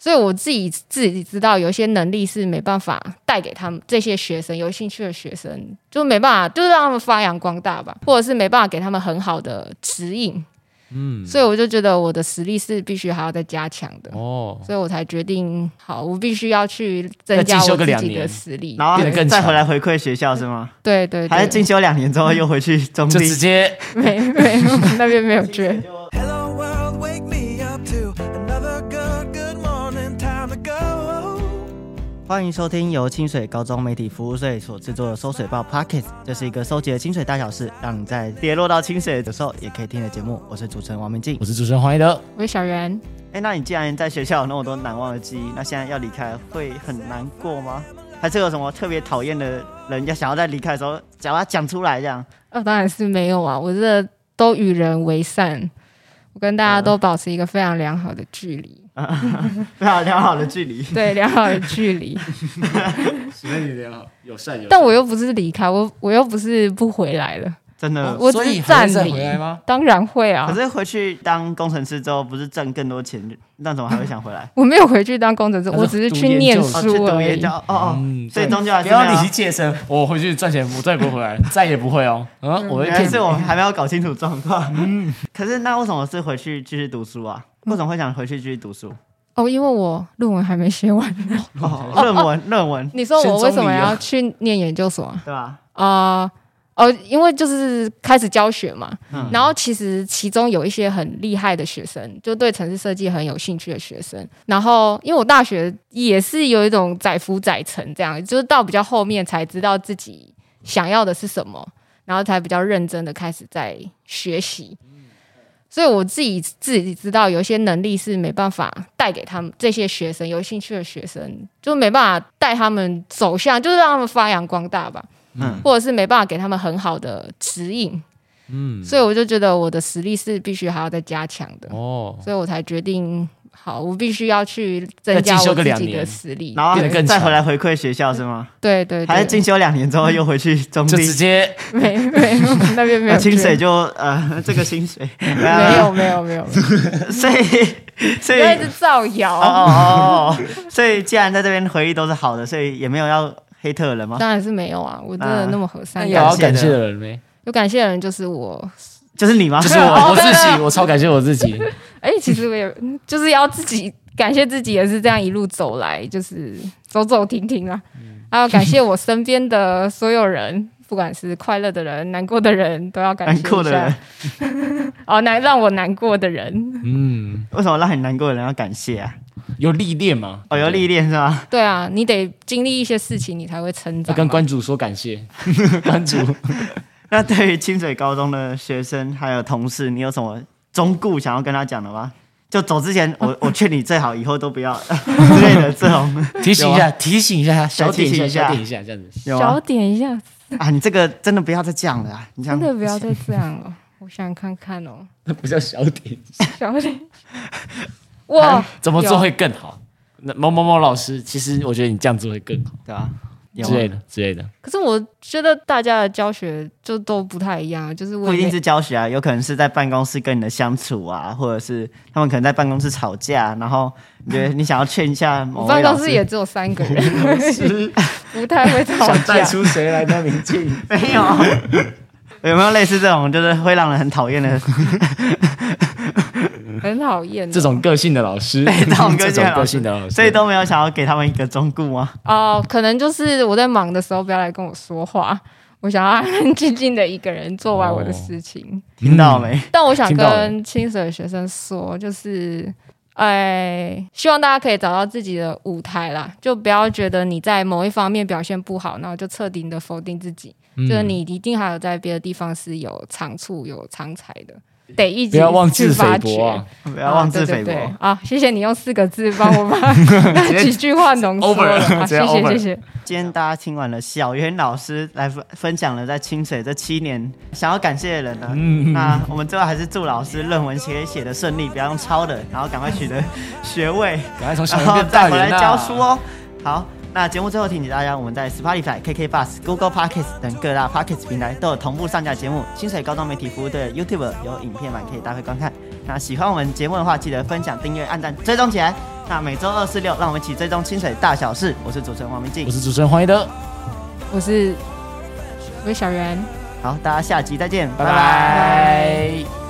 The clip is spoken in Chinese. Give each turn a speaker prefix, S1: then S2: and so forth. S1: 所以我自己自己知道，有一些能力是没办法带给他们这些学生，有兴趣的学生就没办法，就是让他们发扬光大吧，或者是没办法给他们很好的指引。嗯，所以我就觉得我的实力是必须还要再加强的，
S2: 哦，
S1: 所以我才决定，好，我必须要去增
S2: 再进
S1: 加
S2: 修
S1: 我
S2: 个
S1: 自
S2: 两
S1: 己的
S2: 年
S1: 实力。
S3: 然后
S2: 变得更
S3: 再
S2: 强
S3: 回来回馈学校是吗？
S1: 对对
S3: 还是进
S1: 对，
S3: 修两年之后又回去中
S2: 就直
S3: 立？
S2: 接
S1: 没没有那边没有缺。
S4: Hello world, wake me up to another good, good morning time to go.
S3: 欢迎收听由清水高中媒体服务社所制作的《收水报 Pocket》，这是一个收集了清水大小事，让你在跌落到清水的时候也可以听的节目。我是主持人王明静
S2: 我。是主持人黄一德，
S1: 我是小圆，
S3: 哎，那你既然在学校有那么多难忘的记忆，那现在要离开会很难过吗？还是有什么特别讨厌的人，要想要在离开的时候，只要他讲出来这样？
S1: 呃，当然是没有啊，我这都与人为善，我跟大家都保持一个非常良好的距离，
S3: 非常良好的距离。
S1: 对，良好的距离。
S2: 行为你良好，友善友
S1: 但我又不是离开，我我又不是不回来了，
S3: 真的，
S1: 我只
S2: 所以
S1: 是
S2: 还
S1: 暂
S2: 会再
S1: 离
S2: 回。来吗？
S1: 当然会啊？
S3: 可，是回去当工程师之后，不是挣更多钱，那怎么还会想回来
S1: 我没有回去当工程师，
S2: 他是
S1: 我只是
S2: 读
S1: 去
S2: 研
S1: 念
S2: 究
S3: 哦，去
S1: 书
S3: 读
S1: 而
S3: 研
S1: 已
S3: 究。哦哦，
S2: 嗯，
S3: 所以终究还
S2: 不
S3: 是
S2: 要理
S3: 要。
S2: 解成 我回去赚钱，我再也不回 来，再也不会哦。嗯，我会
S3: 原来是我们还没有搞清楚状况。
S1: 嗯
S3: 可是那为什么是回去继续读书啊？为什么会想回去继续 读书？
S1: 哦，因为我论文还没写完。
S3: 哦， 论文，论文，
S1: 你说我为什么
S2: 先中立啊
S1: 要去念研究所啊？
S3: 对吧？
S1: 啊、哦，因为就是开始教学嘛，
S3: 嗯
S1: 然后其实其中有一些很厉害的学生，就对城市设计很有兴趣的学生。然后因为我大学也是有一种载浮载沉这样，就是到比较后面才知道自己想要的是什么，然后才比较认真的开始在学习。所以我自己自己知道，有一些能力是没办法带给他们这些学生，有兴趣的学生就没办法带他们走向，就是让他们发扬光大吧。
S3: 嗯，
S1: 或者是没办法给他们很好的指引，
S2: 嗯，
S1: 所以我就觉得我的实力是必须还要再加强的，
S2: 哦，
S1: 所以我才决定，好，我必须要去增
S2: 再进
S1: 加
S2: 修
S1: 我
S2: 个
S1: 自
S2: 两
S1: 己
S2: 年
S1: 的实力。
S3: 然后
S2: 变得更
S3: 再
S2: 强
S3: 回来回馈学校是吗？
S1: 对对
S3: 还是进
S1: 对，
S3: 修两年之后又回去中
S2: 就直
S3: 立？
S2: 接
S1: 没没有那边没有
S3: 那薪水
S1: 缺
S3: 就呃， 这个薪 水呃
S1: 没有，没有没有，不
S3: 所以所以
S1: 要一直造
S3: 哦
S1: 谣，
S3: 哦哦，哦所以既然在这边回忆都是好的，所以也没有要黑特人吗？
S1: 当然是没有啊，我真的那么和
S2: 那啊
S1: 善。
S2: 也
S3: 有
S2: 要
S3: 感
S2: 感
S3: 谢
S2: 谢
S3: 的
S2: 的人没？
S1: 有感谢的人就是我，
S3: 就是你吗？
S2: 就是我我自 己，我超感谢我自己。
S1: 哎，其实我也就是要自己感谢自己，也是这样一路走来，就是走走停停啊。
S3: 嗯
S1: 还要感谢我身边的所有人，不管是快乐的人、难过的人，都要感谢
S3: 难
S1: 一
S3: 过的
S1: 下
S3: 人。，
S1: 哦，难让我难过的人，
S2: 嗯，
S3: 为什么让很难过的人要感谢啊？
S2: 有历练嘛？
S3: 哦，有历练是吧？
S1: 对啊，你得经历一些事情，你才会成
S2: 要
S1: 长嘛。
S2: 跟关主说感 谢，关主
S3: 啊那对于清水高中的学生还有同事，你有什么忠告想要跟他讲的吗？就走之前， 我我劝你最好以后都不要之类的这种，
S2: 提醒一下，啊提醒一下，小点一
S3: 提醒
S2: 下，小
S3: 一下
S2: 点一下，这样子。
S3: 有
S1: 小
S3: 吗？
S1: 点一下，
S3: 啊，你这个真的不要再讲了啊！你这
S1: 真
S3: 样
S1: 的不要再这样了。我想看看哦，
S2: 那不叫小点 一下，
S1: 小 点。哇，
S2: 怎么做
S1: 有
S2: 会更好？那某某某老师，其实我觉得你这样做会更好
S3: 对吧？有啊
S2: 之类
S3: 吗
S2: 的之类的。
S1: 可是我觉得大家的教学就都不太一样，啊就是我
S3: 不
S1: 也
S3: 一定
S1: 没
S3: 是教学啊，有可能是在办公室跟你的相处啊，或者是他们可能在办公室吵架，然后你觉得你想要劝一下
S2: 哦
S3: 某
S1: 我
S3: 位
S1: 办
S3: 老
S1: 公
S3: 师，
S1: 室也只有三个人， 不太会吵架。
S2: 谁来当明镜？
S3: 没有。有没有类似这种就是会让人很讨 厌的？
S1: 很讨厌的
S2: 这种个性的老师，
S3: 这种
S2: 这
S3: 个性的老师
S2: 种个性的老师，
S3: 所以都没有想要给他们一个忠告吗？
S2: 嗯
S1: 哦，可能就是我在忙的时候不要来跟我说话，我想要安安静静的一个人做完我的事情。
S2: 哦
S3: 听到没？
S1: 但我想
S2: 听到了
S1: 跟清水的学生说，就是。哎，希望大家可以找到自己的舞台啦，就不要觉得你在某一方面表现不好，然后就彻底的否定自己。
S2: 嗯
S1: 就是你一定还有在别的地方是有长处、有长才的，得一
S2: 不
S1: 直
S2: 要妄
S1: 去
S2: 自
S1: 发
S2: 菲
S1: 掘。
S2: 薄啊
S3: 不要妄自菲薄。
S1: 啊对对对啊！谢谢你用四个字帮我 把几句话浓缩
S2: over
S1: 了，
S2: 了
S1: 啊
S2: 直
S1: 谢
S2: 接
S1: 谢
S2: over
S1: 谢谢。
S3: 今天大家听完了小袁老师来分分享了在清水这七年想要感谢的人呢，
S1: 嗯
S3: 那我们最后还是祝老师论文写写的顺利，不要用抄的，然后赶快取得学位，
S2: 赶快从小
S3: 然
S2: 人
S3: 后
S2: 变大
S3: 再回
S2: 人
S3: 来
S2: 啊
S3: 教书哦。好，那节目最后提醒大家，我们在 Spotify、KK Bus、Google Podcast 等各大 Podcast 平台都有同步上架节目。清水高中媒体服务队的 YouTube 有影片版可以搭配观看。那喜欢我们节目的话，记得分享、订阅、按赞、追踪起来。那每周二、四、六，让我们一起追踪清水大小事。我是主持人王明
S2: 我
S3: 静，
S2: 是主持人黄一德，
S1: 我是我是小袁。
S3: 好，大家下集再见，
S2: 拜
S3: 拜拜
S2: 拜